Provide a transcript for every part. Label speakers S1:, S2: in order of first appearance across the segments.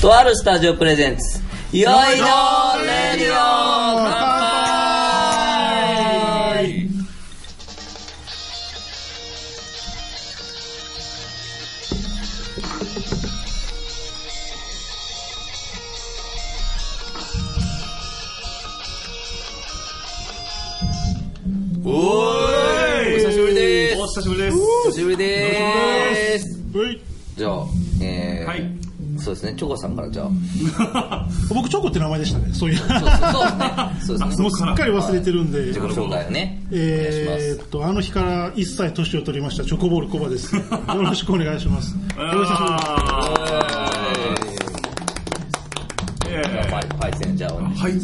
S1: とあるスタジオプレゼンツよいどレディオ乾杯
S2: お
S1: お久しぶりです
S2: お久しぶりです
S1: 久しぶりでーす
S2: はい
S1: じゃあえー
S2: はい
S1: そうですねチョコさんからじゃあ
S3: 僕チョコって名前でしたねそういう
S1: そうですねそうですね
S3: もうすっかり忘れてるんで
S1: 自己紹介をねお願いし
S3: えーっとあの日から一切年を取りましたチョコボールコバ ですよろしくお願いします
S2: あ
S3: お久しぶりです
S2: ーイエーイ
S1: ますパイパイセンじゃあお願いし
S4: はい、え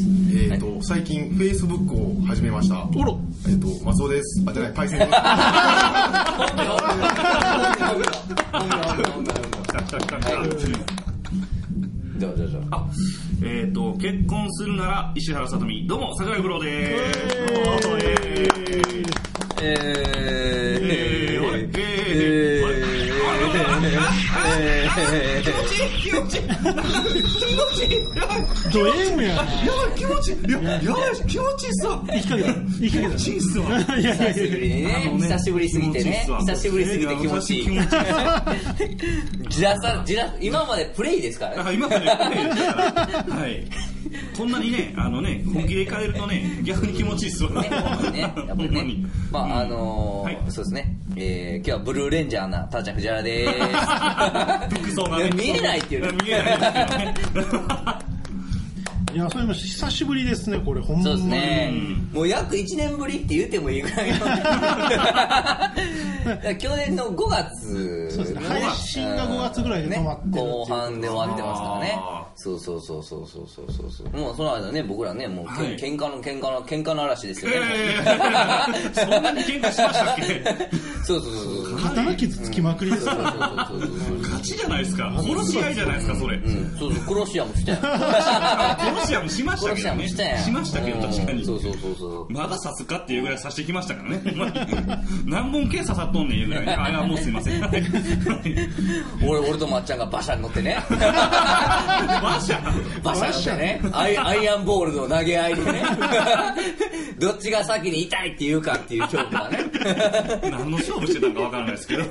S4: ー、と、最近、Facebook を始めました。
S3: おろ
S4: えっ、と、松尾です。あ、じゃない、パイセンです。
S1: ますじゃあじゃあじゃあ
S2: えっと結婚するなら石原さとみどうも桜井五郎です
S1: えーえー
S2: えー
S1: え
S2: えー
S1: ーえー
S4: 気持ちいい気持ちいい気持ちいいやばい
S3: ド M や
S4: やばい気持ちいいややばい気持ちいいっすわ
S3: いきかけたいきかけ
S4: 気持ちいいっすわ
S3: たいやいや
S1: 久し
S3: い
S1: ぶ
S3: や
S1: りに
S2: あ
S1: ね
S2: のね
S1: 久しぶりすぎてね
S2: 気持ちいいっすわ
S1: 久しぶりすぎて気持ちいい
S2: いや 私
S1: じらさじら今までプレイですから
S2: だか
S1: ね
S2: ら今までねはいこんなにねあのね本気でいかれるとね逆に気持ちいいっすわ
S1: ね、ほんまにね、やっぱ
S2: ほ
S1: り
S2: んま
S1: ね
S2: に、
S1: まあ、あのー
S2: はい
S1: そうですね、えー、今日はブルーレンジャーな、たーちゃん藤原で ーす。
S2: 服装がね
S1: いや見えないっていうね
S2: 見えないですよね
S3: いやそういうの久しぶりですねこれほんまに
S1: そうですね、もう約1年ぶりって言ってもいいぐらいの だから去年の5月
S3: そうですね配信が5月ぐらいで止まってるっていう
S1: ね後半で終わってますからね
S2: あ
S1: そうそうそうそうそうそうそうそうもうその間ね僕らねもう、
S2: はい
S1: 喧嘩の喧嘩の喧嘩の嵐ですよね、
S2: えーそんなに喧嘩しましたっけ
S1: そう そうそうそう
S3: 刀傷つきまくりです
S1: そう
S3: か
S1: そうそうそう
S2: 勝ちじゃないですか殺し合いじゃないですかそれ
S1: うん、そうそう、殺し屋もした やん。
S2: 殺し合いもしました
S1: 殺
S2: け
S1: し
S2: ど
S1: 屋も
S2: ね
S1: したやん。
S2: しましたけど確か
S1: うんそう
S2: に
S1: そうそうそう。
S2: まだ刺すかっていうぐらい刺してきましたからね何本剣刺さっとんねんいうぐらいねあいやもうすいませんはい
S1: 俺、俺とまっちゃんが馬車に乗って ね。
S2: マジや
S1: 馬車に乗ってね。アイアイアンボールの投げ合いにね。 どっちが先に痛いって言うかっていう勝負がね。
S2: 何の勝負してたんかわからないですけどい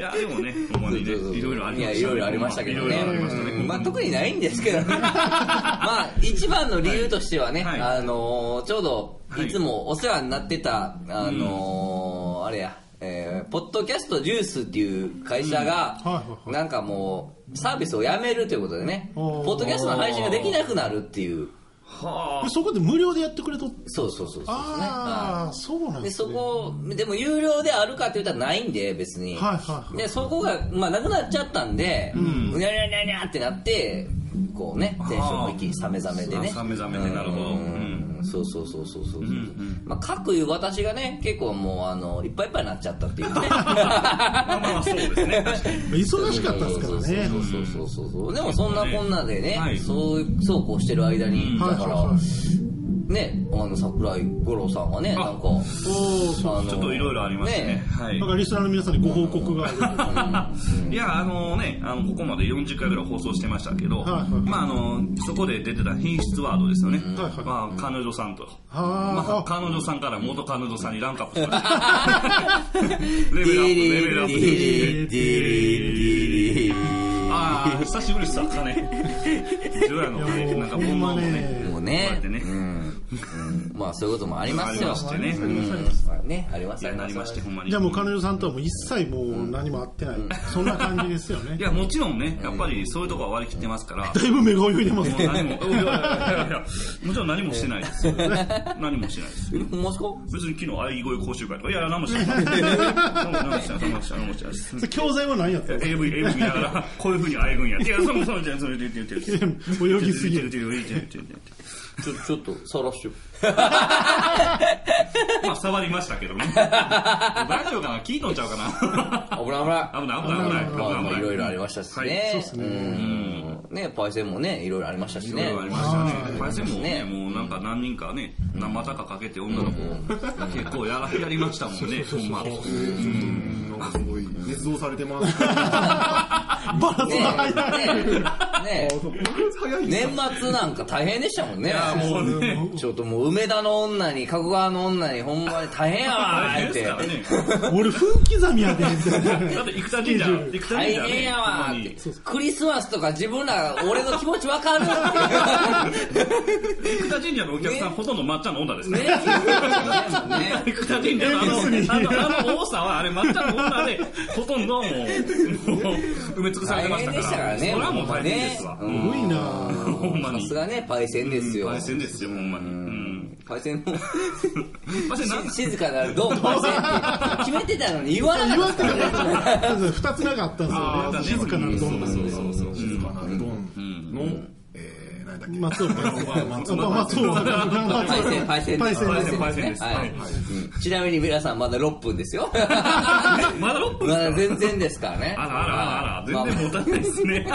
S2: やでもねほんまにねいろいろありましたね
S1: いやいろいろありましたけどね
S2: いろいろありましたね
S1: うんまあ特にないんです けどねまあ一番の理由としてはね、
S2: はい
S1: あのーちょうど
S2: はい
S1: いつもお世話になってたあのーあれやえーポッドキャストジュースっていう会社
S3: うんは
S1: が
S3: いはいはい
S1: なんかもうサービスをやめるということでね
S3: おー
S1: ポッドキャストの配信ができなくなるっていう
S2: は
S3: らそこで無料でやってくれと
S1: そうそうそうそうですね
S3: あ
S1: は
S3: あそうなん
S1: い
S3: で
S1: ですそ
S3: ね
S1: こでも有料であるかって言ったらないんで別に
S3: はいはいはい
S1: でそこが、まあ、なくなっちゃったんで、うにゃにゃにゃにゃってなってこうねテンションも一気に冷め冷めでね
S2: あー冷め冷めでなるほど
S1: うんそうそうそうそうそう、うんまあ、かくいう私がね結構もうあのいっぱいいっぱいになっちゃったっていうね
S2: あまあまあそうですね確かに
S3: 忙しかったですからね
S1: そうそうそうそうそうでもそんなこんなでね、
S2: はい
S1: そうそうこうしてる間に、
S2: うん
S1: だから、
S3: はいはいは
S1: ねあの桜井五郎さんがねなんか
S3: おおそう
S1: あの
S2: ちょっといろいろありましたねはい
S3: だからリスナーの皆さんにご報告がある
S2: いやあのねあのここまで40回ぐらい放送してましたけど、
S3: はいはい
S2: まああのそこで出てた品質ワードですよね、
S3: はいはい
S2: まあ、彼女さんと、
S3: あー
S2: まあ、彼女さんから元彼女さんにランクアップしま したレベルアップレベルアップ
S1: ディリディリディリ
S2: ああ久しぶりっすわ金ジュラの金なんか
S3: ほ
S2: ボ
S3: ん
S2: ンボ
S3: ま
S2: ンも
S3: ね
S2: ね
S1: もうね
S2: こうやってね
S1: うんうんまあそういうこともありま
S2: あ
S1: す
S2: り
S1: よ
S2: ましてね、
S1: うんねあります
S2: いやなりましてほんまに
S3: じゃあもう彼女さんとはもう一切もう何も会ってない、そんな感じですよね
S2: いやもちろんねやっぱりそういうとこは割り切ってますから
S3: だいぶ目が泳いでます
S2: もう
S3: ね
S2: 何もいやいやいやいやもちろん何もしてないですよ何もしてないです
S1: ほんまっすか
S2: 別に昨日愛声講習会とかいやいや何もしてない何もしてない何もしてない何もしてない
S3: それ教材は何やったの
S2: AV, AV 見ながらこういうふうにあえぐんやいやそのそのじゃそれで言ってる
S3: 泳ぎすぎる
S1: ちょちょっとさらしよ
S2: まあ触りましたけどね大丈夫かな聞いとんちゃうかな
S1: 危ない危ない
S2: 危ない危ない危ない危
S1: まあま
S2: ない
S1: あいろいろありましたしね
S3: そうっすね
S1: うんねパイセンもねいろいろありましたし
S2: いろ
S1: ね
S2: いろありましたね。パイセンもね、もうなんか何人かね、生高かけて女の子結構やらやりましたもんね、ほんま。
S4: なんかすごい、熱造されてます。
S3: バラ
S1: ね
S3: すの早い。
S1: ね
S4: そう早い
S1: ね
S4: ね。
S1: 年末なんか大変でしたもんね。
S2: もうね、
S1: ちょっともう梅田の女に、加古川の女に、ほんまに大変やわ
S2: 大
S1: ー
S2: 変
S1: っ
S2: ですから
S1: て。
S2: ね。
S3: 俺、分刻みやで、みたいな。
S2: だって生田神社、生田神社、
S1: 大
S2: ね、
S1: 変やわ
S2: ほんま
S1: ー
S2: に
S1: って。クリスマスとか自分ら、俺の気持ちわかるって。
S2: 生田神社のお客さん、ほとんど抹茶の女です
S1: ね
S2: ね。
S1: ね
S2: 生田神社のあの
S3: 別に
S2: あの、あの多さは、あれ抹茶の女で、ほとんどもう、もう埋め尽くされてま
S1: 大
S2: し
S1: 変
S2: たか
S1: で
S2: ら。
S1: したからね。
S2: それはもう大変ですわ。
S1: ほんまね
S3: すご いな
S2: うんほんま
S1: さ
S2: に
S1: す。がね、パイセンですよ。
S2: パイセンですよ、ほんまに。うん。
S1: パイセンも、
S2: パイセンなん
S1: し 静かなるドンパイセンって決めてたのに言わなかったですからね。
S3: 二つなかったんですよね。静かなるどんな
S2: そうそうそうそう。
S4: 静かなるドンの、えー、何だっけ。
S3: 松尾松尾松尾松尾
S1: パイセン、パイセンです。
S3: パイセン
S2: パイセンです
S1: はい
S2: はい
S1: うんちなみに皆さんまだ6分です よ。
S2: まだ6分
S1: まだ全然ですからね。
S2: あらあらあら、
S1: はい
S2: 全然もたないですね。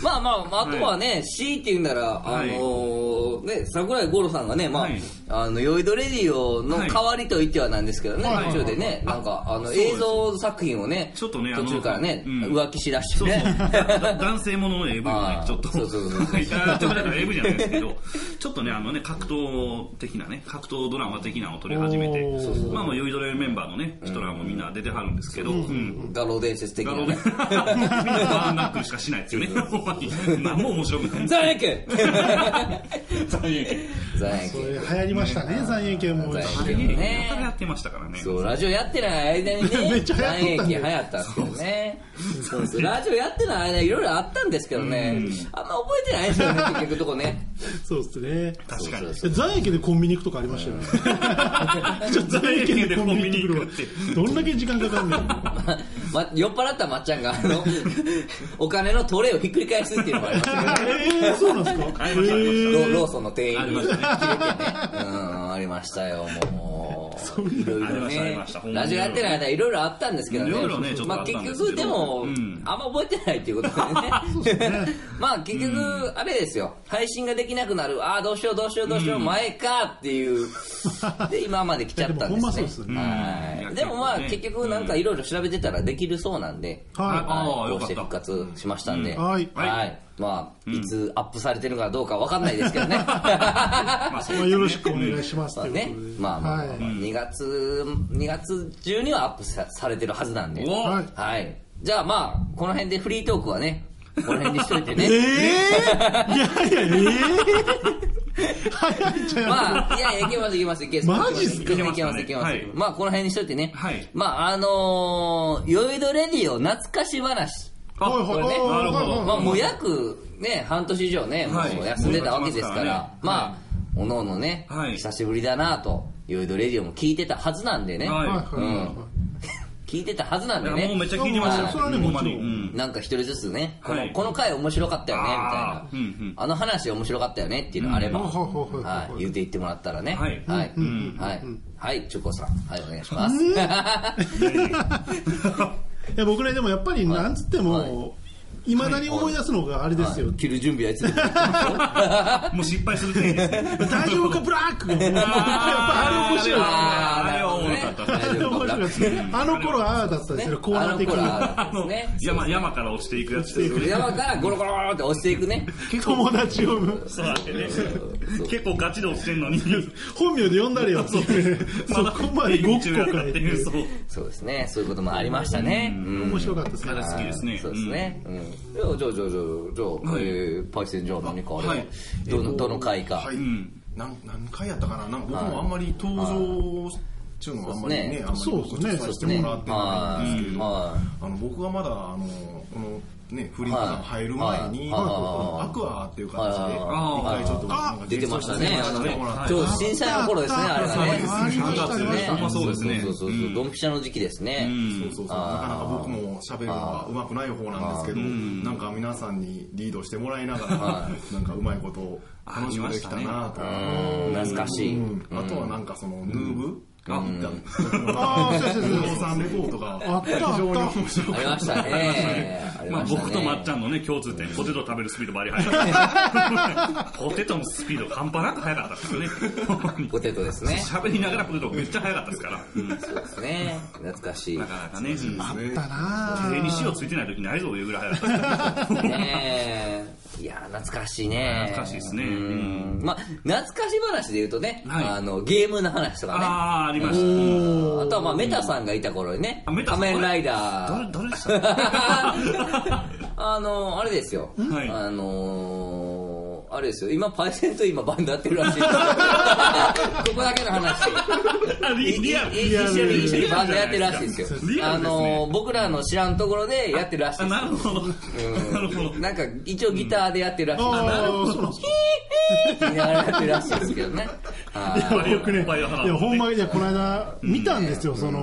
S1: まあまあ、まあ、あとはね、強いて言うんなら、あ
S2: はい
S1: のーね、桜井五郎さんがね、まあ、
S2: はい
S1: あの、ヨイドレディオの代わりと言ってはなんですけどね、
S2: はい
S1: 途中でね、なんか、あの、
S2: そうです
S1: 映像作品をね、
S2: ちょっとねあ
S1: 途
S2: の
S1: 中からね、
S2: うん
S1: 浮気しだして
S2: そう
S1: ね。
S2: そう。男性ものの AV も
S1: あ
S2: ね
S1: ー、
S2: ちょっと。
S1: そうそうそう
S2: はいあーちょっとだから AV じゃないですけど、ちょっとね、あのね、格闘的なね、格闘ドラマ的なのを撮り始め
S3: おーそうそ
S2: て、まあまあ、酔いどれメンバーのね、人らもみんな出てはるんですけど、うん。
S1: 画廊伝説的
S2: な
S1: な
S2: るほど
S1: ね
S2: ね。。バーンナックルしかしないっていうね。ほんまに。何も面白くない。
S1: 残 念券残念券
S3: それ流
S2: 残念券
S3: 行りましたね、残影系も。
S2: あれね、やたらやってましたからね。
S1: そう、ラジオやってない間に
S3: め
S1: ね、
S3: っちゃ
S1: 残
S3: 流
S1: 液
S3: 行ったん
S1: 流行ったんで
S3: だよ
S1: すけどね。そうそうラジオやってない間いろいろあったんですけどね、あんま覚えてないですよね、結局とこね。
S3: そうですね。
S2: 確かに。
S3: 残影でコンビニ行くとかありましたよね。ちょっと残影でコンビニ行くって。どんだけ時間かかんねん。
S1: ま、 酔っ払ったまっちゃんが、あ の、お金のトレイをひっくり返すっていうのもありましたけ
S3: えー、そうなんですか
S1: ど、ロロー
S3: え
S1: ソンの店員
S2: あり
S1: に
S2: ま
S1: 切
S2: し
S1: れてね
S2: た。
S1: うん、ありましたよ、もう。いろいろ
S2: あり
S1: ね
S2: ましたありましたほんま。
S1: ラ
S2: に
S1: ジオやってない間いろいろあったんですけどね。
S2: いろいろねちょっと
S1: ま
S2: あ
S1: あ
S2: ったん
S1: 結
S2: です
S1: 局
S2: けど
S1: でも
S2: うん、
S1: あんま覚えてないっていうことでね。 まあ結局、あれですよ。配信ができなくなる。ああ、どうしようどうしようどうしよう、前かって いう。で、今まで来ちゃったん
S3: いやでもほんまそう
S1: で
S3: ですす
S1: ね
S3: よ。
S2: ねうんい
S1: は
S2: や
S1: い。でもまあ
S2: 結構ね
S1: 結局なんかいろいろ調べてたらできるそうなんで。
S3: は
S2: ああ
S1: こ
S2: よ
S1: う
S2: か
S1: し
S2: ってた
S1: 復活しましたんで。
S3: うんはい
S1: はい。
S2: はい
S1: まあ、いつアップされてるかどうかわかんないです けどね。
S2: まあ、
S3: い。
S2: そ
S3: まあ
S2: う
S3: よろしくお願いします
S1: まあ
S3: ということ
S1: ね
S3: で。、
S1: まあまあまあまあ、
S3: はい
S1: 2月、2月中にはアップさされてるはずなんで。
S2: お
S3: はい
S1: はい。じゃあまあ、この辺でフリートークはね、この辺にしといてね。
S3: えー、いやいや、えー、早いんちゃう、
S1: まあ、いやいや、いけます、いけます、いけます。
S3: マジっす
S1: い
S3: か
S1: けます、いけます、い
S2: い
S1: け
S2: け
S1: ま。
S2: ますすねはい
S1: まあ、この辺にしといてね。
S2: はい
S1: まあ、あのー、ヨイドレディオ懐かし話。
S2: あ
S3: はいはい
S1: これね
S2: なるほど
S1: まあ、もう約、ね、半年以上ね、も
S2: はいう
S1: 休んでたわけですから、
S2: はい
S1: まあ、おのおのね、
S2: はい
S1: 久しぶりだなと、ヨイドレディオも聞いてたはずなんでね。
S2: は
S3: は
S2: い
S3: いはいはい
S1: 聞いてたはずなんで
S2: いやもうめっ
S1: ね。
S2: ちゃ聞いてましたよ。
S3: それはね
S2: ほんまに
S3: もちろん
S2: うん
S1: なんか一人ずつね、この,、
S2: はい
S1: この回面白かったよね、みたいな
S2: あ。ーうんうん
S1: あの話面白かったよねっていうのあれば、
S3: うんほうほうほうほう
S1: はい、 言うて言ってもらったらね。
S2: はい
S1: はい。
S2: うん
S1: はい。はい、チョコさん。はい、お願いします。
S3: いや僕らでもやっぱりなんつって
S1: はい
S3: も、いまだに思い出すのがあれですよ。
S1: 切る 準備はいつでも
S2: もう失敗するといいですね。
S3: 大丈夫かブラ ックがもうやっぱあれ面白い。
S2: あーあれは面白かった。
S1: 大丈夫
S3: 面白いあの頃はああだったんですよ、コーナー的
S1: あの頃はああだ
S3: に。
S1: ったんですね。
S2: 山山から落ちていくやつですよね。
S1: 山からゴロゴロゴロって押していくね。
S3: 友達を呼ぶ
S2: そうだってね。結構ガチで落ちてんのに。
S3: 本名で呼んだれよっていうそ
S2: まだ
S3: こまでごっこ
S2: や
S3: か
S2: っ
S3: いって
S2: てる。
S3: い
S2: そうう。
S1: そうですね。そういうこともありましたね。うん
S3: 面白かったですね
S2: あれ好きですね。
S1: そうですね。うん。じゃあ、じゃあ、じゃあ、じゃあ、じゃあ、えーパイセンじゃあ何かあれは
S2: はい
S1: どの、どの回か。
S4: はい
S2: ん。
S4: なん何回やったかななんか僕もあんまり登場っていうのはあんまりね、あんまり
S3: そうですね
S4: 告知させてもらってないんですけれど、
S1: はい
S4: あの僕がまだあのこのねフリーザー入る前に、
S1: はいはい
S4: このアクアっていう形で一
S2: はい
S4: 回ちょっとなんか
S1: 出てましたね。
S4: ゲ
S1: あ
S4: スト
S1: の
S4: 出演させてもらっ
S1: ね
S4: て、
S1: ちょうど震災の頃ですね、あれがね。
S3: ありましたありました
S2: ほんまそうですね
S1: そうそうそうそう、ドンピシャの時期ですね。
S4: そうそうそうなかなか僕も喋るのがうまくない方なんですけど、なんか皆さんにリードしてもらいながら、なんかうまいことを楽しくできたなと。
S1: うん懐かしい。
S4: うんあとはなんかそのヌーブ、
S2: あ
S4: ああ、そうそうそう。さんレポートが
S3: あった
S4: 非常に面白
S1: あ
S4: か
S1: り
S4: っ
S1: ましたね。あり
S2: まあ、
S1: ましたね
S2: 僕とまっちゃんのね、共通点、ポテト食べるスピードバリ速い。ポテトのスピード半端なく速かったですからねほんまに。
S1: ポテトですね。
S2: 喋りながらポテトめっちゃ速かったですから。うん
S1: そうですね。懐かしい
S2: な。かなかね、うん
S4: たですね。
S3: たな
S2: 手に塩ついてない時ないぞ、いうぐらい速かったですから。
S1: ね えいや懐かしいね
S2: 懐かしいですね
S1: うん
S2: うん
S1: まあ懐かし話で言うとね、
S2: はい
S1: あのゲームの話とかねあ
S2: ああー、ありましたうん。
S1: とはまあメタさんがいた頃にね
S2: あ
S1: 仮
S2: メタさん
S1: 面ライダ
S2: 誰、
S1: ー
S2: 誰でした
S1: あのあれですよ、
S2: はい
S1: あのーあれですよ今パイセンと今バンドやってる らしいですここだけの話
S2: あリリアル、
S1: いい
S2: リア
S1: 一緒に一緒に
S2: ル
S1: バンドやってるらしいんですよ
S2: リア
S1: あ
S2: ルです
S1: の
S2: ね
S1: ー。僕らの知らんところでやってるらしい
S2: あ
S1: です
S2: なるほど。なるほど。
S1: なんか一応ギターでやってるらしいです、
S3: ああ、そうなんですか
S1: 見ながらやってるらしいですけどね。は
S2: よくね、バイオハラード
S3: いや、ほんま、いや、この間、見たんですよ、その、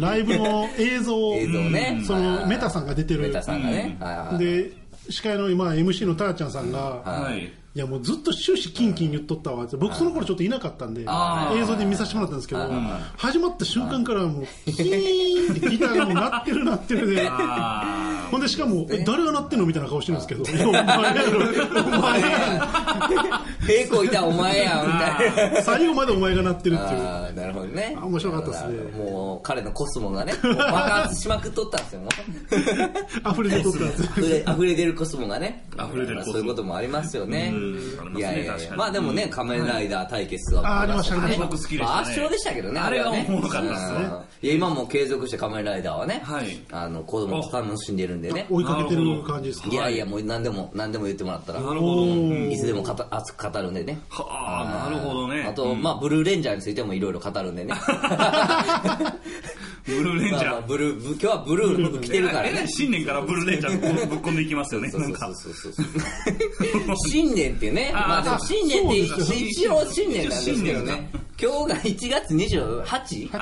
S3: ライブの映像を
S1: い。映像ね。
S3: その、メタさんが出て
S1: メ
S3: る。
S1: タさんがね。はいはい
S3: で、司会の今、MC のたーちゃんさん
S1: は
S3: が、
S2: はい。
S3: いや、もうずっと終始キンキン言っとったわって、僕その頃ちょっといなかったんで、
S1: あー
S3: 映像で見させてもらったんですけど
S1: はいはいはい、
S3: 始まった瞬間からもう、キーンってギターがもう鳴ってる鳴ってるで、
S2: あ
S3: ほんでしかも、え誰が鳴ってんのみたいな顔してるんですけど、いやお前やろ、お前や
S1: 平行いたお前や、み たいな。
S3: ろ、最後までお前が鳴ってるっていう。
S1: ああ、なるほどね。
S3: あ面白かったっすね
S1: もう彼のコスモがね、もう爆発しまくっとったんですよ、もう。
S3: 溢れて撮ったやつ。
S1: 溢れ溢れ出るコスモがね。
S2: 溢れ出るコスモ
S1: そういうこともありますよね
S2: うんあります。ね
S1: いやいやい
S2: 確か
S1: や。
S2: に
S1: まあでもね、仮面ライダー対決は。
S3: あありましたね
S2: あ、僕好きでしたね。
S1: まあ圧勝でしたけどね。
S2: あれは
S1: はね
S2: おもろかったですね。
S1: うんいや、今も継続して仮面ライダーはね、
S2: はい
S1: あの、子供と楽しんでるんでね。
S3: 追いかけてる感じですか
S1: いやいや、もう何でも、何でも言ってもらったら、
S2: なるほど。うん
S1: いつでも語熱く語るんでね。
S2: はあ、なるほどね。
S1: あと、まあ、ブルーレンジャーについてもいろいろ語るん でね。
S2: ブルーレンジ
S1: まあ
S2: ャ
S1: まあ
S2: ー。
S1: ブルー、今日はブルーの服着てるから
S2: えら
S1: ね
S2: い。新年からブルーレンジャーぶっ込んでいきますよね、
S1: そう
S2: なん
S1: そ
S2: か
S1: う。そうそうそう。 新年ってね、
S2: あー
S1: まあでも新年って
S3: そうです
S2: よ
S1: 一応新年なんですけど
S2: 一応新年だ
S1: ね。今日が1月 28?
S2: あ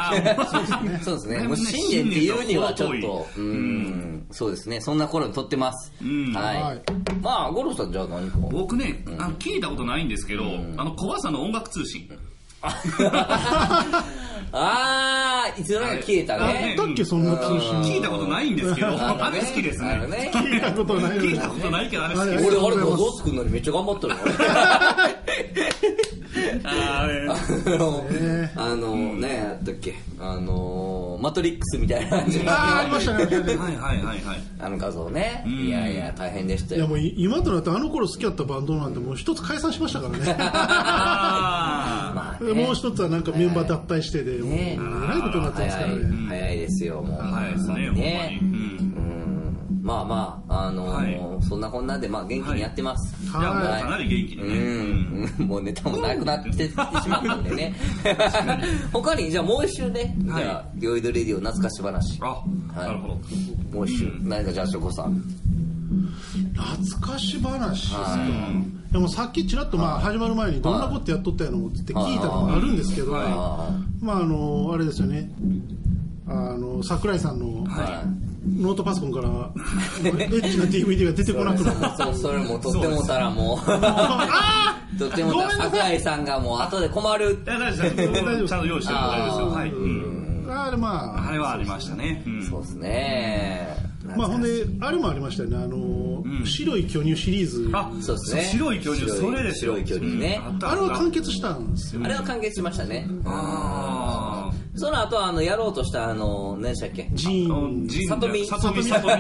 S2: ー
S1: そうですね。
S2: ね
S1: もう新年っていうにはちょっ
S2: 新年とは
S1: と、うん、そうですね。そんな頃に撮ってます。
S2: ん
S1: は
S3: はいい。
S1: まあ、五郎さんじゃあ何か。
S2: 僕ね、あの聞いたことないんですけど、あの、小川さんの音楽通信。
S1: あー、いつの間にか消えた
S2: あ
S3: あっ
S1: ね。
S3: たっけ、そんな通信。
S2: 聞いたことないんですけど、
S1: の
S2: あれ好きです
S1: あの
S2: ね。
S1: ね。
S3: 聞いたことない
S2: 聞いたことないけど、あれ好き
S3: あ
S2: で
S3: れ
S2: す。
S1: 俺、あれ画像作るのにめっちゃ頑張 った
S2: あれ
S1: の
S3: すね
S1: あの、あの、ね、やったっけ。あの、マトリックスみたいな感じの
S3: ああ、ありましたね。
S2: はいはいはいはい。
S1: あの画像ね。
S2: ん
S1: いやいや、大変でした
S3: いや
S1: よ。
S3: もう今となってあの頃好きだったバンドなんてもう一つ解散しましたから
S2: あ
S1: まあ
S3: ねもう一つはなんかメンバー脱退してでもうえ
S1: ね
S3: らいことになってますから
S1: 早い
S3: ね
S1: 早いですよ、もう。
S2: あ、はいですね、ほんまに。うん
S1: うんまあまあ、あの
S2: は
S1: そんなこんなで、まあ元気にやってます。
S2: いやもうかなり元気
S1: う
S2: にね。
S1: ん、もうネタもなくなってしまったんで ね。他に、じゃあもう一周ね、
S2: はい
S1: じゃあ、リオイドレディオ懐かし話。
S2: あ、なるほど。
S1: もう一周、何かじゃあ、しょこさん。
S3: 懐かし話ですか
S1: はい
S3: でもさっきちらっとまあ始まる前にどんなことやっとったやろって聞いたのがあるんですけど
S1: は
S3: まああのあれですよねあの桜井さんの
S1: はい
S3: ノートパソコンからもうエッチな DVD が出てこなくなった
S1: そうそれもとってもたら も
S3: あ
S1: うとってもたら
S3: ごめんなさい
S1: 桜井さんがもう後で困る
S2: いや、大丈夫です。僕ちゃんと用意してるから大丈夫ですよ。はい。うん
S3: ああれまあ
S2: あれはありましたね。うん
S1: そうですね
S3: まあ、ほんであれもありましたよねあの、白い巨乳シリーズあ
S2: あ、
S1: そうですね
S2: 白い巨乳、それですよ。
S1: 白い巨乳ね
S2: うんあった
S3: れは
S2: あっ
S3: 完結したんですよ
S1: あれは完結しましたね
S2: たあ
S1: その後はあのやろうとしたあの何でしたっけ
S3: ジー
S2: ー
S3: ン
S2: 神
S1: 里見
S2: 社里見、里 見。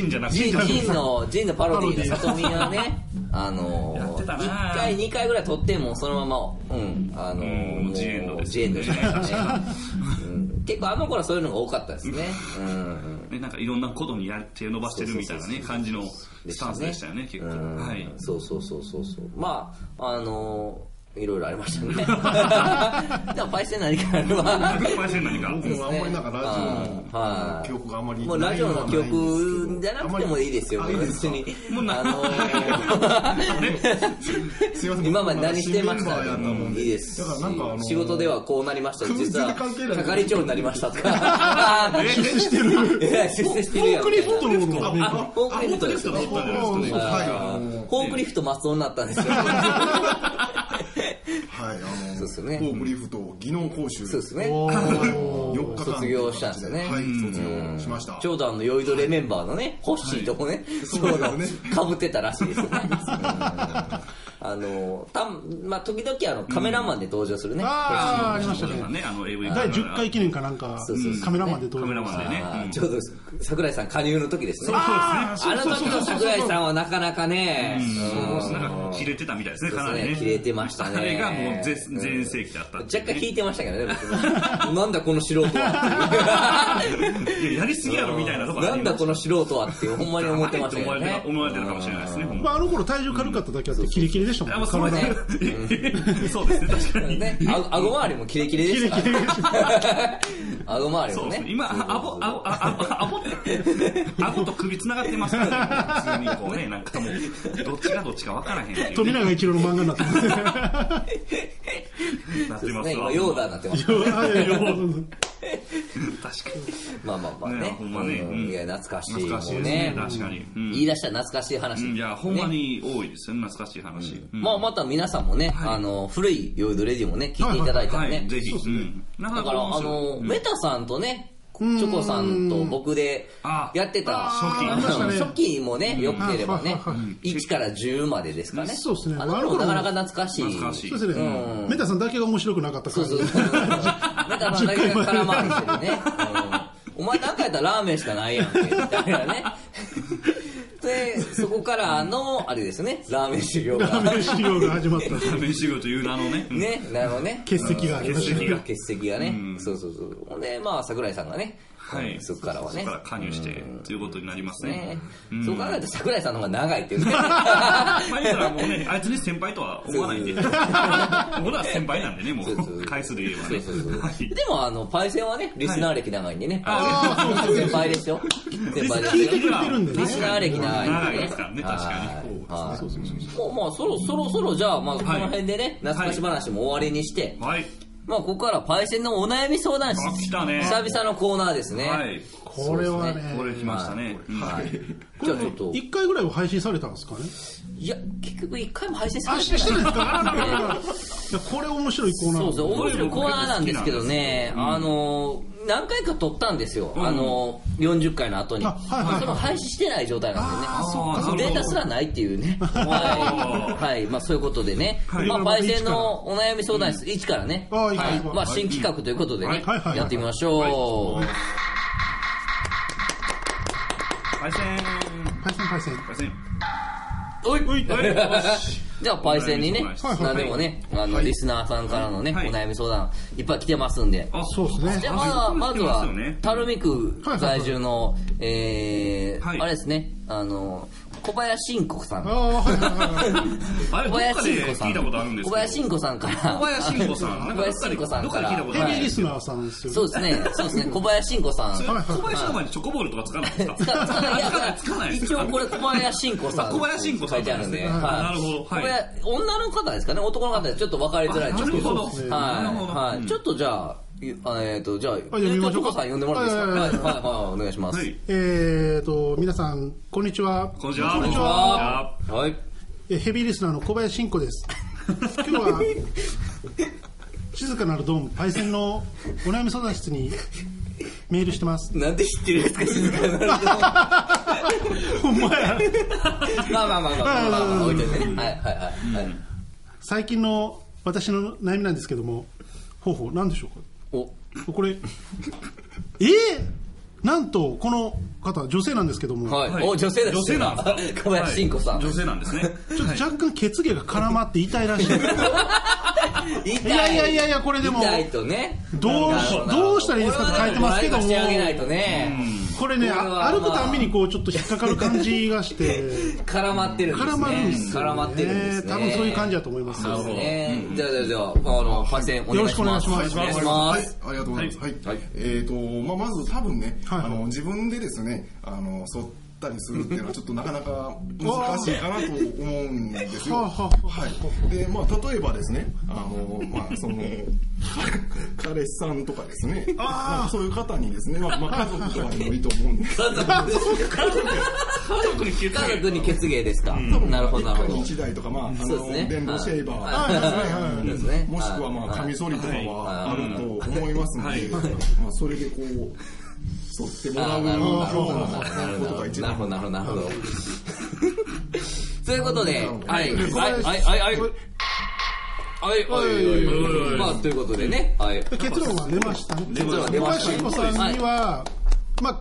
S2: 神じゃなくて、
S1: ジン
S2: 神
S1: ジンのジンのパロディーの
S3: パ
S1: 里見はねあ
S2: やっ
S1: の
S2: てたな
S1: 1回2回ぐらい撮ってもうそのままうんあの
S2: もう
S1: もう
S2: ジエンドですね
S1: ジエンドでしたねうん結構あの頃はそういうのが多かったですねうんうん
S2: ねなんかいろんなことにや手伸ばしてるみたいなね、感じのスタンスでしたよね、結構。
S1: うん
S2: はい。
S1: そうそうそうそうそうまああのーいろいろありましたねでもパイセン何かあるわ
S2: いっぱいしてんのにか。
S4: 僕もあんまりなんか
S1: は
S4: ラ
S1: い
S4: ジオの記憶があんまりない
S1: もうラジオの記憶じゃなくてもいいですよ
S4: あいいです
S1: 別
S4: か
S1: に
S2: もうな
S1: あのー
S4: すいません
S1: 今まで何してまし
S4: 僕
S1: た
S4: もなんか新メンバーやったもんで
S1: いいです
S4: だからなんかあの
S1: 仕事ではこうなりました実は
S4: 全然関係ない
S1: 係長になりましたとか
S2: え
S3: 出世してる
S1: え らい出世して
S3: フ
S1: る
S3: ォ
S1: や
S3: ー
S1: ん
S3: クリフトの方
S2: あ
S1: あ
S3: がね
S1: フォークリフトですよね
S2: あフォークリフトだったんです
S4: はいあの
S1: フォークリフト松尾になったんですよ。
S4: はい、あの、
S1: そうっすよね
S4: フォークリフト技能講習。
S1: そうですね。
S3: おー
S4: 4日間
S1: 卒業したんですよね
S4: はい、卒業しました。
S1: ちょうどあの、ヨイドレメンバーのね、ホッシーともね、そうだ
S4: そうで
S1: ね
S4: す、
S1: かぶってたらしいですよね。あの、たまあ、時々あの、カメラマンで登場するね。
S3: ああ、ありました
S2: そうだ
S3: ね。
S2: ね、あの AV
S3: 第10回記念かなんか
S1: そうそうそう、
S3: カメラマンで撮
S2: カメラマンでね。
S1: あ
S2: う
S1: ー
S2: ん
S1: ちょうど、桜井さん加入の時ですね。
S2: あ
S1: あの時の桜井さんはなかなかね、うん
S2: そうなんか切れてたみたいですね、かなりね。
S1: 切れてましたね
S2: あれがもう全全盛期だったってい
S1: 若
S2: うね。
S1: 干引いてましたけどね、僕もなんだこの素人はっていう。
S2: いややりすぎやろみたいなとこあり
S1: な
S2: まし
S1: ん
S2: た
S1: だこの素人はってほんまに思ってましたけどね。
S2: 思われてるかもしれないですね。ほん
S3: ま
S2: ま
S3: あ、あの頃体重軽かっただけあってキレキレでした
S2: あ、
S3: もん
S2: もう
S3: ね。
S2: それね。そうですね、確かに。
S1: ね、あ顎周りもキレキレで
S3: キ
S1: し
S3: レ
S1: た
S3: キレでした。
S1: 顎周り
S2: そ
S1: も
S2: うですね。
S1: ね。
S2: 今、あ顎、顎、あ顎、顎、顎と首繋がってますからね。普通にこうね、なんかもう、どっちがどっちかわからへんっていうね
S3: 富永一郎の漫画になってま
S1: そうで
S3: す。
S2: なってますす
S1: ね、今
S2: わ。
S1: ヨーダーになってます。
S3: あいやいや
S2: 確かに。
S1: まあまあまあね。
S2: ねほんまね
S1: う
S2: うん
S1: いや、懐かしい。
S2: 懐かしいですね。確かに。う
S1: もうん言い出したら懐かしい話。
S2: いや、ほんま
S1: ね。
S2: に多いですよ、懐かしい話。うん
S1: まあまた皆さんもね、あの、古いヨイドレディもね、聞いていただいた
S2: は
S1: らね
S2: い、。ぜひ。うんな
S1: だ
S2: か
S1: から、あの、メ タさんとね、チョコさんと僕で
S2: あ
S1: やってた
S2: 初期
S1: あ
S2: ありま
S3: したね
S1: 初期もね、よく出ればね
S3: うんはいはいは、
S1: 1から10までですかね。
S3: そうっすね
S1: あの
S3: あの頃
S1: なかなか懐かしい。
S2: 懐かしい
S3: そうですね。メタさんだけが面白くなかったか
S1: そう
S3: ら
S1: そう。メタさんだけが空回りしてるね。うんお前何回やったらラーメンしかないやんけ、みたいなね。で、そこからの、あれですね、ラーメン修行が。
S3: ラーメン修行が始まった。
S2: メン修行という名のね。うん
S1: ね、なるほどね。
S3: 欠席がありました
S2: 欠席が
S1: 欠席がね、そうそうそうほんでまあ桜井さんがね、
S2: はい。
S1: そこからはね
S2: そこから加入して、ということになりますね
S1: ね。そう考えると桜井さんの方が長いっていうね
S2: まあ言ったらもうね、あいつに先輩とは思 わないんで。
S1: そ
S2: 僕
S1: う
S2: らは先輩なんでね、も
S1: そうそう
S2: う。回数で言えばね
S1: そうそうそう。
S2: はい
S1: でもあのパイセンはねリスナー歴長いんでね、
S2: あ
S1: 先輩ですよ先輩です
S3: 聞い
S1: よ
S3: てくれてるんでね
S1: リスナー歴長いんで
S2: 長
S1: ね
S2: いですからね、確かに。
S1: はい
S3: そうそうそうそう。
S1: もうまあそろそろそろじゃあまあこの辺でね、懐かし話も終わりにして、
S2: はい。
S1: まあここからパイセンのお悩み相談室
S2: あ来たね
S1: 久々のコーナーですね、
S2: はい。
S3: これはね。
S2: これ来ましたね。
S1: はい
S3: こ
S1: じ
S3: れ
S1: ゃあちょっと
S3: 1回ぐらいは配信されたんですかね
S1: いや結局一回も配信さ
S3: あ、
S1: れて
S3: して
S1: ない
S3: してないですかあららららいやこれ面白いコーナー。
S1: そうそう、面白いコーナーなんですけどね、
S2: うん
S1: あの、何回か撮ったんですよ。
S2: ん
S1: あの、40回の後に。
S3: あはいはいはい
S1: その廃止してない状態なんで
S2: あーそっかそ
S1: ね。
S2: っか
S1: データすらないっていうね。はい。はい。まあそういうことでね。
S2: はい
S1: まあ、パイセンのお悩み相談室1からね。
S3: あー
S1: はい
S3: いから
S1: い。まあ新企画ということで
S2: は
S1: ね
S2: い
S3: はいはい。はい
S1: やってみましょう。
S2: パイセン。
S3: 配信配信。
S2: パイセン。
S1: おい
S3: おい
S1: じゃあ、パイセンにね
S2: お悩み、
S3: 相談室
S1: 何でもね、あの、リスナーさんからのね、お
S2: はい
S1: 悩み相談、いっぱい来てますんで。
S2: あ、
S3: そうです
S1: じ
S3: ね
S1: ゃ。あまあ、まずは
S2: そうですよね、
S1: 垂水区在住の、え
S2: は
S1: ー、
S2: い
S1: あれですね、あの、小林慎子さん。小
S3: ああ、はいは いはい。
S2: あれ、どっか
S1: 林
S2: で
S1: 慎子さ
S2: 聞
S1: ん。
S2: いたことあるんです
S1: 小
S2: けど。
S1: 林慎子さんから。
S2: 小林慎吾さん。な
S1: 小
S2: んかどっ
S1: 林
S2: かで
S1: 慎子さん
S2: どっ
S1: か
S2: かで
S1: ら。
S2: 聞いたことあ
S3: ヘビ
S2: る。
S3: ーリスナーさんですよね。
S1: そうですね、そうですね、小林慎子さん。
S2: それ
S1: つか
S2: 小林の前にチョコボールとかつかないですか
S1: つかない、いや
S2: つかない、つかないです
S1: 一
S2: か
S1: 応これ小林慎子さん。
S2: あ小林慎子さん
S1: 書いてあるんで。
S2: はい
S1: はい
S2: なるほどはい
S1: 小林女の方ですかね、男の方でちょっと分かりづらいんですけ
S2: あ
S1: ど。
S2: なる
S1: は
S2: ほ
S1: い。
S2: どなるほど
S1: は
S2: う
S1: い。
S2: ん
S1: ちょっとじゃあ、ゆあえっと、じゃあ、
S3: 読みましょう
S1: えーとチョ
S3: か
S1: コさん呼んでもらっていいですか
S3: は
S1: はいい、
S3: は
S1: はい、はい、お願いします。
S2: はい。
S3: えーと、皆さん、こんにちは。
S2: こんにちは。
S3: こんにちは。
S1: は。はい。
S3: えヘビーリスナーの小林慎子 です。今日は、静かなるドン、パイセンのお悩み相談室にメールしてます。
S1: なんで知ってるんですか、静かなると。
S3: お前、
S1: まあまあまあまあ、まあまあ、置いといてね。はいはいはい。はい
S3: 最近の私の悩みなんですけども、ほうほう、なんでしょうか
S1: お、
S3: これ、えー、なんと、この方、女性なんですけども、
S1: はい。お、女性です。
S2: 女性なんですか
S1: 小林慎子さ
S2: はい
S1: ん
S2: 女。性なんですね。
S3: ちょっと若干血毛が絡まって痛いらしいです。
S1: 痛
S3: いやいやいやいやこれでも
S1: 痛いとね。
S3: どうしどうしたらいいですかって書いてますけども
S1: これはねドライブしてあげないとね。
S3: これね、
S1: これは
S3: あ歩くたんびにこう、ちょっと引っかかる感じ がして、
S1: 絡まってるんですね。
S3: 絡まるんですよ、ね。
S1: 絡まってるんですね。
S3: 多分そういう感じだと思います。
S1: なるほどね。じゃあじゃあじゃあ、あの、パイセンお願いします。
S3: よろしくお願いし
S1: お
S4: は
S1: 願
S4: い
S1: いします。、
S4: ありがとうございます。はい。
S1: はい
S4: えっ、と、まあ、まず多分ね、
S3: はい
S4: あの、自分でですね、あの、剃っったりするっていうのはちょっとなかなか難しいかなと思うんですよ。
S3: はあはあ
S4: はい、でまあ例えばですねあの、まあ、その彼氏さんとかですねまあ、そういう方にですね、まあ、まあ家族とかでもいいと思うんです
S1: 家族
S2: 特に気をつけ
S1: 家
S2: て
S1: 族に決芸ですか。なるほど、なるほど。
S4: 1台とか、まあ、あ
S1: そうです
S4: の、
S1: ね
S4: 電動シェーバーと
S1: はい
S4: か
S1: はい
S4: で
S1: ですす
S4: ね
S1: ね
S4: もしくは、まあ、
S1: はい
S4: カミソリとかはあ
S1: はい
S4: ると思いますの
S2: はい
S4: で、まあ、それでこう、剃ってもら
S1: あ
S4: う
S1: ーなるほど、なるほど、
S4: ことが一
S1: なるほど、
S4: 番。
S1: なるほど、なるほど。ということで、はい、
S3: で
S1: はい、
S3: こ
S1: は
S3: れ
S1: い、はい、はい。はい、はい、はいはい。まあ、ということでね、はい。
S3: 結論は出ましたね。
S1: 結論は出
S3: 小
S1: ました
S3: 林
S1: ね
S3: 子さんには、まあ、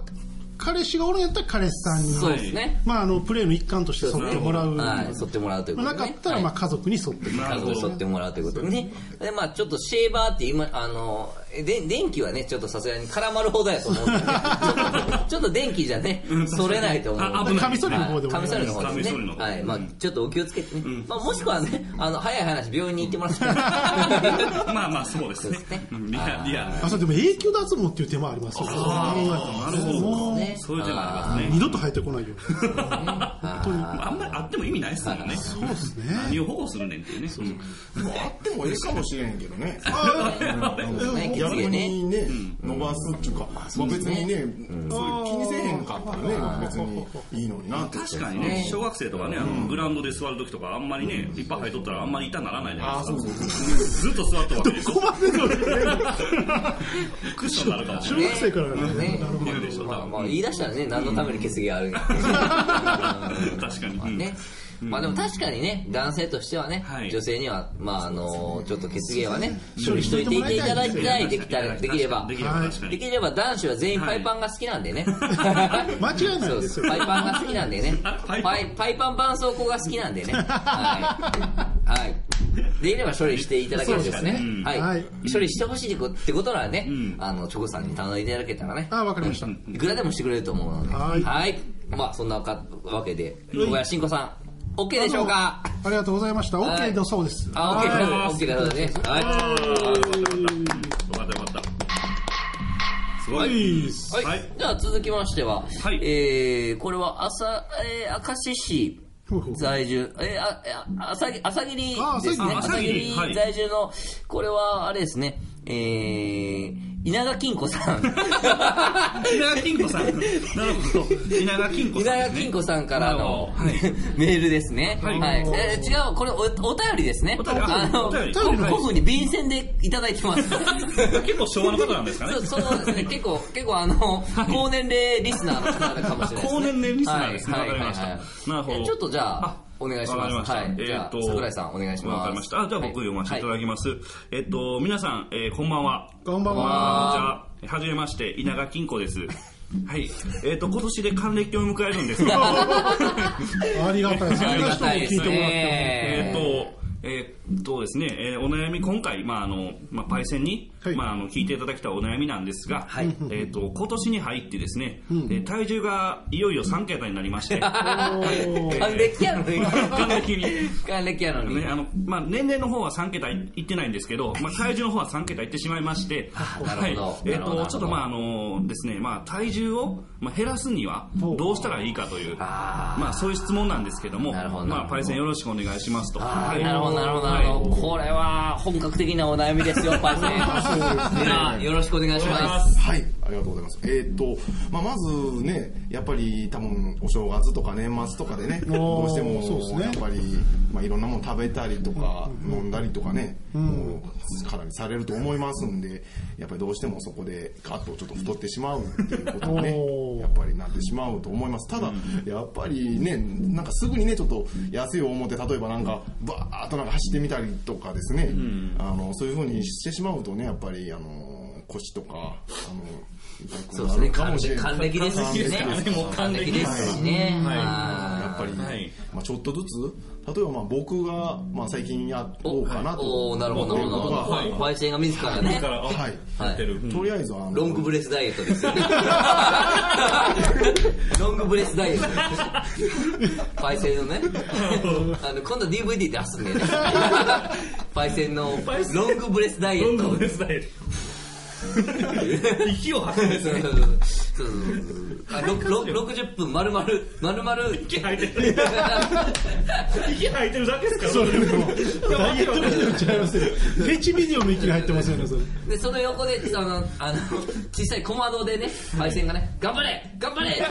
S3: 彼氏がおるんやったら彼氏さんに、
S1: そうですね。
S3: まあ、あの、プレーの一環として沿ってもらう。
S1: はい、剃ってもらうというこ
S3: ま
S1: と
S3: あ、な
S1: で
S3: か
S1: ね。
S3: ったら、
S1: はい
S3: まあ、家族に沿ってもら
S1: 家
S3: う。
S1: 族に沿ってもらうということでね。で、まあちょっとシェーバーって今、あの、で電気はね、ちょっとさすがに絡まる方だやと思うんで、ね、ちょっとちょっと電気じゃね、それないと思うん
S2: あ
S1: で。
S2: 危ない
S3: カミソリの方でお
S1: カ
S3: 願い
S1: ミソリの
S3: し
S1: 方
S2: カミ
S1: です
S2: ソリ
S1: ね
S2: の。方
S1: はい。まあちょっとお気をつけてね。まあもしくはね、あの、早い話、病院に行ってもらって。は
S2: まあまあそうです
S1: そ
S2: ね
S1: うですね
S2: うんリアリアル
S3: ます。あ、そう、でも永久脱毛っていう手もありますよ。
S2: ああなるほど
S1: ね
S2: そういう手がありますね
S3: 二度と生えてこない よ。本当に。
S2: あんまりあっても意味ないですもんね
S3: そうですね。
S2: 何を保護するねんっていうねうん
S4: でもあってもええかもしれんけどね。
S1: ね
S4: 逆にね、伸ばすっていうか、まあ、別にね、そう気にせえへんかったらね、別にいいのになって。
S2: 確かにね小学生とかねあのグラウンドで座る時とかあんまりねいっぱい入っとったらあんまり痛ならないじゃな
S4: あ
S2: いで
S4: あ、そうそうそう。
S2: すかずっと座っとるわけでしょ
S3: ここまでの
S2: クッションになるかもし
S3: 小
S2: れない
S3: 学生からね
S1: ね
S3: なるほど
S2: 言うでしょ多
S1: まあ
S2: 分
S1: まあ言い出したらね、何のために決議があるんや。
S2: 確かに
S1: まあ
S2: うん
S1: ね。まあでも確かにね、男性としてはね
S2: はい、
S1: 女性には、まああの、ちょっと血芸はね、処
S3: 処理
S1: 理
S3: し
S1: し
S3: と
S1: と
S3: い
S1: い
S3: て
S1: て
S3: も
S1: い
S3: らいた
S1: た
S3: い
S1: だ
S3: です
S1: き
S3: ね
S1: たい、できたら、できれば
S2: で。きれば確か
S1: でき
S2: に
S1: れば男子は全員パイパンが好きなんでね。
S3: 間違いな
S1: そう
S3: い
S1: で
S3: で
S1: すす。
S3: よ
S1: パイ。パンが好きなんでね。
S2: パ
S1: パ
S2: イ
S1: イ
S2: パン
S1: パイパン絆創膏が好きなんでね。 はい。はい。できれば処理していただけるとですね。
S2: そうですね
S1: はい、
S3: はい
S1: 処理してほしいってことならね、
S2: ん
S1: あの、チョコさんに頼んでいただけたらね。
S3: ああ、わかりました。
S1: いくらでもしてくれると思うので。
S3: はい
S1: まあ、そんなかわけで、小林慎子さん、OK でしょうか
S3: ありがとうございました。
S1: はい
S3: OK だそうです。
S1: あ、
S2: はい
S1: OK、OK だね。は
S2: よかったよかったすご
S3: はいい。
S1: い。はい。じゃあ続きましては、
S2: はい
S1: えー、これは朝、えー、明石市
S3: ほうほう
S1: 在住、えー、あ、あ朝ぎ朝霧
S3: あ
S1: ですね。
S2: 朝
S1: 朝
S2: 霧
S1: 霧
S2: はい
S1: 在住の、これはあれですね、えー、稲賀金子 さん。
S2: 稲垣金 子さんなるほど稲垣金子
S1: 稲
S2: さんで
S1: 川
S2: すね
S1: 金子さんからの、
S2: なるほどはい
S1: メールですね。
S2: は
S1: はいい。えー違う、これおお便りですね。
S2: お便り
S1: あの、
S2: お便り
S1: 古風に便箋でいただいてます。
S2: 結構昭和の方なんですかね
S1: そうそうですね。結構、結構あの、高年齢リスナーの方かもしれないですね。
S2: 高年齢リスナーですね
S1: はい
S2: わかりました
S1: はいはい
S2: なるほど
S1: えちょっとじゃあ、お願いし
S2: わかり
S1: ま。
S2: ますした。
S1: はい。じゃ
S2: ー
S1: あ、桜井さんお願いします。
S2: わかりました。あじゃあ僕読ませていただきます。えっと、皆さん、えーこんばんは。
S3: こんばんは
S2: じゃあ、はじめまして、稲垣金子です。はい。えっと、今年で還暦を迎えるんで すが、
S3: ありがたいです。
S1: ありがたいです
S3: 聞いてもらって
S2: え
S1: ね。
S2: っと、えー、とですね、えーお悩み今回、まああのまあ、パイセンに、
S3: はい
S2: まあ、あの聞いていただきたお悩みなんですが、
S1: はい
S2: えー、と今年に入ってですね、えー体重がいよいよ3桁になり まして、えー
S1: 還暦やのに。
S2: 還暦に
S1: 還暦やのに
S2: ね。あのまあ、年齢の方は3桁いいってないんですけど、まあ、体重の方は3桁いってしまいまして、
S1: なるほど
S2: いえ
S1: なるほど
S2: っとちょっとまああのですね、まあ、体重を、まあ、減らすにはどうしたらいいかという、
S1: あー
S2: まあ、そういう質問なんですけども、
S1: なるほどなる
S2: まあ、
S1: ほど
S2: パイセンよろしくお願いしますと。
S1: あ
S2: は
S1: ー
S2: い
S1: なるほど、なるほど、なるほど。これは本格的なお悩みですよ、パイ セン。では、よろしくお願いします。
S4: はい、ありがとうございます。えーっと、まあ、まずね、やっぱり多分お正月とか年末とかでね、
S3: おー
S4: どうしても、
S3: そうですね
S4: やっぱり、まあ、いろんなもの食べたりとか、飲んだりとかね、もう、かなりされると思いますんで、やっぱりどうしてもそこで、ガッとちょっと太ってしまうっていうことが
S3: お
S4: ね
S3: ー、
S4: やっぱりなってしまうと思います。ただ、やっぱりね、なんかすぐにね、ちょっと安い思って、例えばなんか、バーっとなんか走ってみたりとかですね、あの、そういうふうにしてしまうとね、やっぱり、あの、腰とか、あの、
S1: そうですね、
S4: かもしれない
S1: 還暦ですしね
S4: 還暦。
S2: もう還暦
S1: ですしね。
S2: はい
S4: やっぱ
S1: は
S4: り、
S2: はい
S4: まあ、ちょっとずつ例えばまあ僕が、まあ、最近やろうか
S1: い
S4: なと、
S1: おおーなるほど、なるほど。
S4: はい
S1: パイセンが自らね、
S2: からあ
S4: はい
S2: やってるうん
S4: とりあえずあの
S1: ロングブレスダイエットですよね。ロングブレスダイエット。パイセンのね、あの、今度 DVD 出すんでね。パイセンのロングブレスダイエ
S2: ロ
S1: ッ
S2: ン
S1: ト
S2: グ
S1: を
S2: ブレスダイエット息を吐くんです
S1: そう
S2: ね
S1: そうそうそうそうそうあろろ60分丸々丸々
S2: 息吐いてる。息吐いてるだけですから
S3: それ
S2: 僕
S3: もうダイエットビデオちゃいますよフェチビデオの域に入ってますよねそれ
S1: でその横であのあの小さい小窓でね配線がね「頑張れ頑張れ!」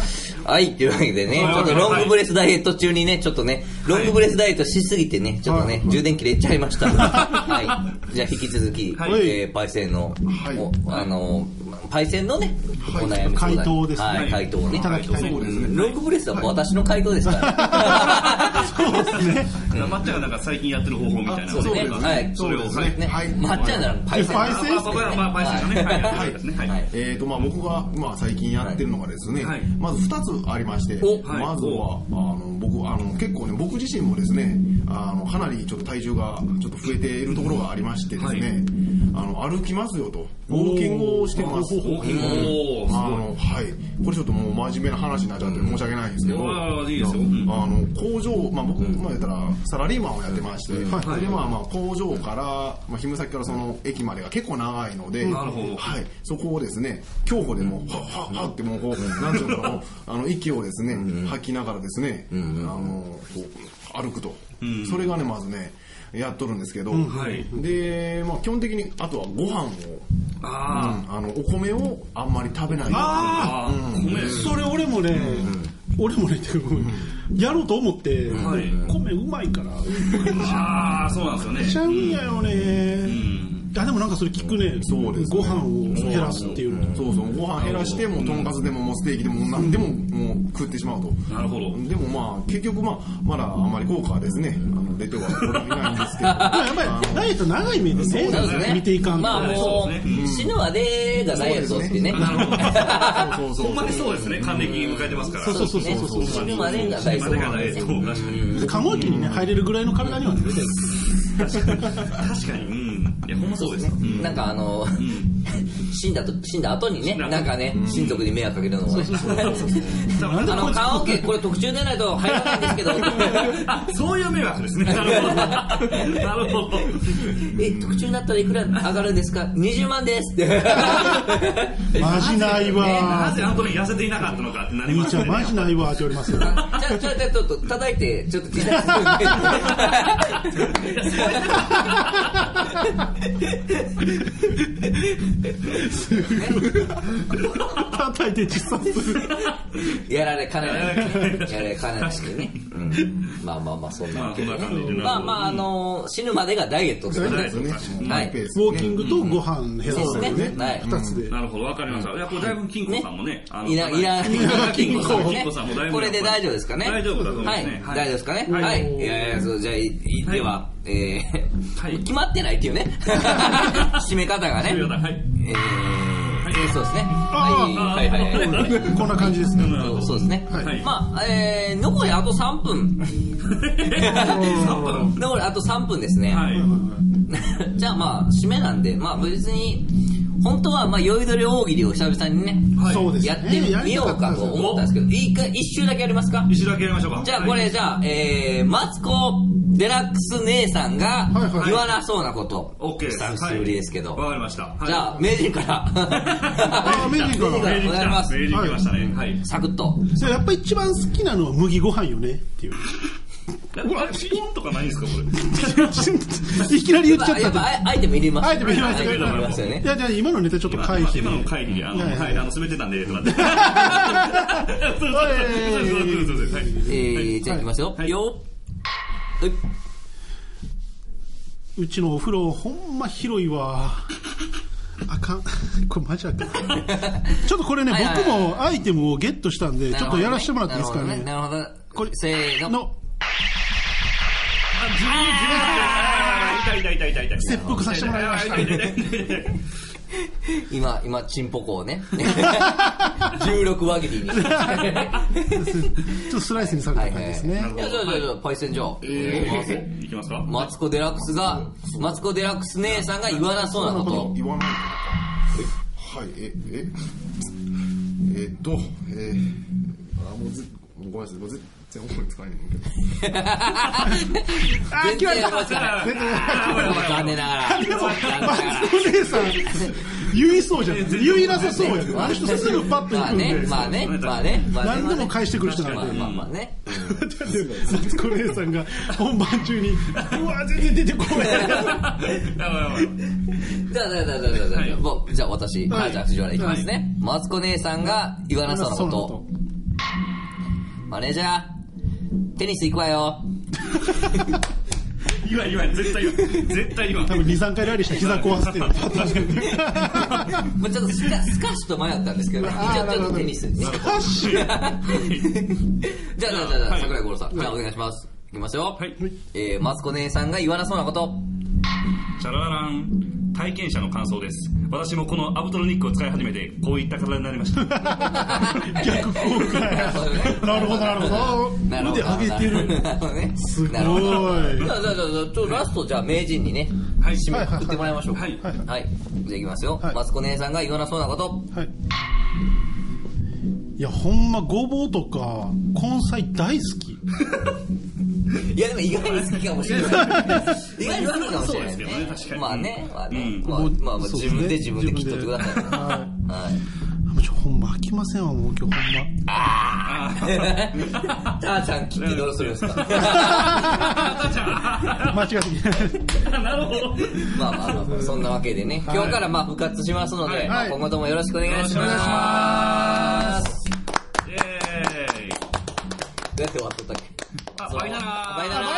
S1: はいというわけでねちょっとロングブレスダイエット中にねちょっとねロングブレスダイエットしすぎてねちょっとね充電切れちゃいましたはいじゃあ引き続き、
S2: はい
S1: えーパイセンの、
S4: い
S1: おあのパイセンのね、
S4: はい
S1: お悩み相談
S3: 回答ですね
S1: はい回答をね
S3: いただきたい
S4: そうです
S1: うん
S4: ね。
S1: ロングブレスは私の回答ですから。
S3: そうですね
S2: まっちゃんがなんか最近やってる方法みたいな。
S4: あそう
S1: ね
S4: です
S1: はい
S4: ね。そうですね。
S1: ね、
S4: はい。
S1: まっちゃんならパイセン。
S3: パイ
S2: あ
S3: セ
S2: あ僕はまあパイセンのね。はいはいはいはいはい。
S4: えーとまあ、僕が、まあ、最近やってるのがですね、
S2: はい
S4: まず2つありまして、
S1: お
S2: はい
S4: まずはあの僕あの結構ね僕自身もですねあのかなりちょっと体重がちょっと増えているところがありましてですね、
S2: はい
S4: あの歩きますよとウォーキングをしてます
S2: おーウォーキングおーすごい
S4: あのはいこれちょっともう真面目な話になっちゃって申し訳ないんですけど、
S2: ああいいですようん
S4: あの工場、まあ、僕まあ言ったらサラリーマンをやってまして、
S3: はい
S4: でまあまあ工場から、まあ、勤務先からその駅までが結構長いので、
S2: なるほど
S4: はい、そこをですね競歩でもうはっはっはってもうこうなんていうのかな あの息をですね吐きながらですね、あのこう歩くと、それがねまずねやっとるんですけど、
S2: はい
S4: で、まあ、基本的にあとはご飯を、
S2: あー
S4: あのお米をあんまり食べない
S3: あ
S2: あー。ごめん。
S3: あそれ俺もね俺もねっていうかごめんやろうと思って
S2: はい
S3: 米うまいから
S2: ああそうなんです
S3: ち
S2: よ
S3: ゃ
S2: ね。
S3: うんやよね
S2: うん。
S3: あでもなんかそれ聞くね
S4: そうですね
S3: ご飯を減らすっていうの
S4: そうそうご飯減らしてもうとんかつでももうステーキでも何でももう食ってしまうと
S2: なるほど。
S4: でもまあ結局まあまだあんまり効果はですねあの出てはおられないんですけ ど
S3: でもやっぱりダイエット長い目でね
S1: そうですね。
S3: 見ていかんと
S1: まあも
S2: そうです
S1: う、死ぬまでがダイエットっていうね。
S4: そうそう
S2: ほんまに
S4: そう
S2: そうですね。還暦迎えてますから。
S3: そうそうそうそうそう
S1: 死ぬまでがダイエッ
S2: ま
S1: ト
S2: でがダイエット。確かに。
S3: 可動域にね入れるぐらいの体にはね
S2: 確かに。うん。いやほんまそうです。うん
S1: なんかあの、死んだと、死んだ後にね、
S2: 死んだ後
S1: なんかね、親族に迷惑かけるのもね。
S3: なんで
S1: あ
S3: こ
S1: の、
S3: いつ
S1: カラオケ、これ特注でないと入らないんですけど。
S2: あそういう迷惑です ね。なるほど。なるほど。
S1: え、特注になったらいくら上がるんですか ?20 万ですって。
S3: マジない
S2: な
S3: わ
S2: ぜあの時痩せていなかったのかってなり
S3: 兄
S2: ます
S3: ち
S2: よ
S3: ゃん
S2: ね。
S3: マジないわって言われますよ
S1: じゃあ、ちょ、ちょ、ちょっと叩いて、ちょっと自殺するんで。
S3: 叩いて実殺する
S1: やられかねない。やられかねないんでね。うんまあまあまあ、そんなわけでね
S2: まあそんな感じで
S1: まあまあ、あの、死ぬまでがダイエットってこと
S4: で
S1: です
S4: すねマイペース
S3: ウォーキングとご飯減らす
S1: そうですねはい
S3: 2つで
S2: なるほど、わかりました。いや、これだいぶ金庫さんもね、あの
S1: いら、いら、
S2: 金庫
S1: 金庫さんも
S2: 金庫さんもだい
S1: ね。
S2: ぶ。
S1: これで大丈夫ですかね
S2: 大丈夫だと思いま
S1: は
S2: す
S1: い
S2: ね。。
S1: 大丈夫ですかね
S2: はい
S1: はい。いやいや、そう、じゃあ、いいでは、え
S2: は
S1: ー、
S2: い
S1: 決まってないっていうね。 締め方がね。え
S2: 大丈夫だはい。
S1: ーえー、そうですね。はい、はい、はいはい。
S3: こんな感じですね
S1: そうそうですね。
S2: はい
S1: まあ、えー、残りあと3分。
S2: 3分。
S1: 残りあと3分ですね。
S2: はい。
S1: じゃあまあ、締めなんで、まあ別に、本当はまあ、酔いどれ大喜利を久々にね、
S2: はい
S3: そうですね
S1: やってみようかと思ったんですけど、一回、一周だけやりますか
S2: 一度だけやりましょうか。
S1: じゃあこれ、じゃあ、えー、マツコ・デラックス姉さんが
S3: はいはい
S1: 言わなそうなこと。
S2: オッケーです。
S1: 久しぶりですけど。
S2: わかりました。
S1: じゃあ、名人から。
S3: あー名人から
S1: 名
S2: メール
S1: お願いします。
S2: メール来ましたね。はい。
S1: サクッと。
S3: それやっぱ一番好きなのは麦ご飯よねっ ていう
S2: これ、ピンとかないんですか、こ
S3: いきなり言っちゃっ
S1: や
S3: た
S1: っ
S3: と
S1: ぱアイテムいります。
S3: アイテムいります
S1: アイテムいりますよね
S3: い。やじゃあ今のネタちょっと回
S2: れ。
S3: 避
S2: 今の会議で、あの、はい、あの、滑ってたんで、とかって。そうそうそうそう。はい。
S1: えー、じゃあ行きますよ。
S2: はい
S1: よっうっ
S3: うちのお風呂ほんま広いわあかんこれマジあかんちょっとこれね
S1: はいはいはい
S3: 僕もアイテムをゲットしたんでちょっとやらせてもらっていいですかね
S1: なるほど、
S3: これ
S1: せーの。
S3: の
S2: あ、自分、自分、痛い痛い痛い痛い痛い。
S3: 切腹させてもらいました
S1: 今、今、チンポコを ね。16輪切りに。はい
S3: ちょっとスライスにされた感じですね、
S1: じゃあ、じゃあ、じゃあ、パイセンじゃあ、
S2: いきますか
S1: マツコ・デラックスが、マツコ・デラックス姉さんが言わなそうなこと。
S4: 言わないとはいえええっとえーあもうずごめんなさいもう絶全然覚えつかへんねんけど。
S1: あー、決まった 残念ながら。
S3: マツコ姉さん、言いそうじゃん。言いなさそうやん。あの人すぐパッと行
S1: まあ
S3: くん
S1: ね
S3: で、。
S1: まあね、まあね、まあね。
S3: 何でも返してくる人
S1: ま
S3: な
S1: あ
S3: んで。
S1: まあまあね。
S3: だってマツコ姉さんが本番中に、うわ、全然出てこない。
S1: じゃあ、じゃあ、じゃあ、じゃあ、じゃあ
S2: はい
S1: もうじゃあ私、
S3: はい
S1: はい、じゃあ藤原いきますね。マツコ姉さんが言わなそうなこと。マネージャー、テニス行くわよ。
S2: 言わん言わん絶対言わん絶対言わん
S3: 多分2、3回ラリーして膝壊してる。
S1: まあちょっとスカ、スカッシュと迷ったんですけど、一
S3: あー
S1: 応ちょっとテニスに。じゃあ、
S3: ハッシュ
S1: じゃあ、じゃあ、じゃ
S2: は
S1: あ
S2: い
S1: 桜井五郎さん。じゃあ、お願いします。いきますよ。
S2: はい
S1: えー、マツコ姉さんが言わなそうなこと。
S2: チャラララン体験者の感想です私もこのアブトロニックを使い始めてこういった体になりました
S3: 逆効果や。 なるほど、なるほ
S1: なるほ
S3: ど。腕
S1: ど。
S3: 上げてる。
S1: なるほどね。
S3: すごい
S1: なるほどじゃあ、じゃあ、じゃあ、じゃあちょっとラスト、じゃあ、名人にね、
S2: はい締め
S3: はいはい
S1: 振ってもらいましょうか。
S2: はい はい
S1: じゃあ、いきますよ
S3: は。い
S1: マツコ姉さんが言わなそうなこと。
S3: はい。いや、ほんま、ごぼうとか、根菜大好き。
S1: いやでも意外に好きかもしれない。意外に好きかもしれない、
S2: そうですよね確かに
S1: まあね、まあね、
S2: うん
S1: まあ、
S3: ごぼう
S1: まあまあ
S3: そう
S1: 自
S3: すね
S1: 分で自分で切っとってください。
S3: 自分ではい
S1: はい。
S3: あもうちょほんま飽きませんわもう今日ほんま
S1: ターちゃん切ってどうするん ですか
S3: 間違えて
S2: なるほど
S1: まあまあまあまあ、そんなわけでね、今日からまあ復活しますので、
S2: はい
S1: まあ今後ともよろしくお願いし
S2: よろしくお願いし
S1: ま。
S2: ますイエーイ
S1: どうやって終わっとったっけ
S2: あバイナラー
S1: バイナラ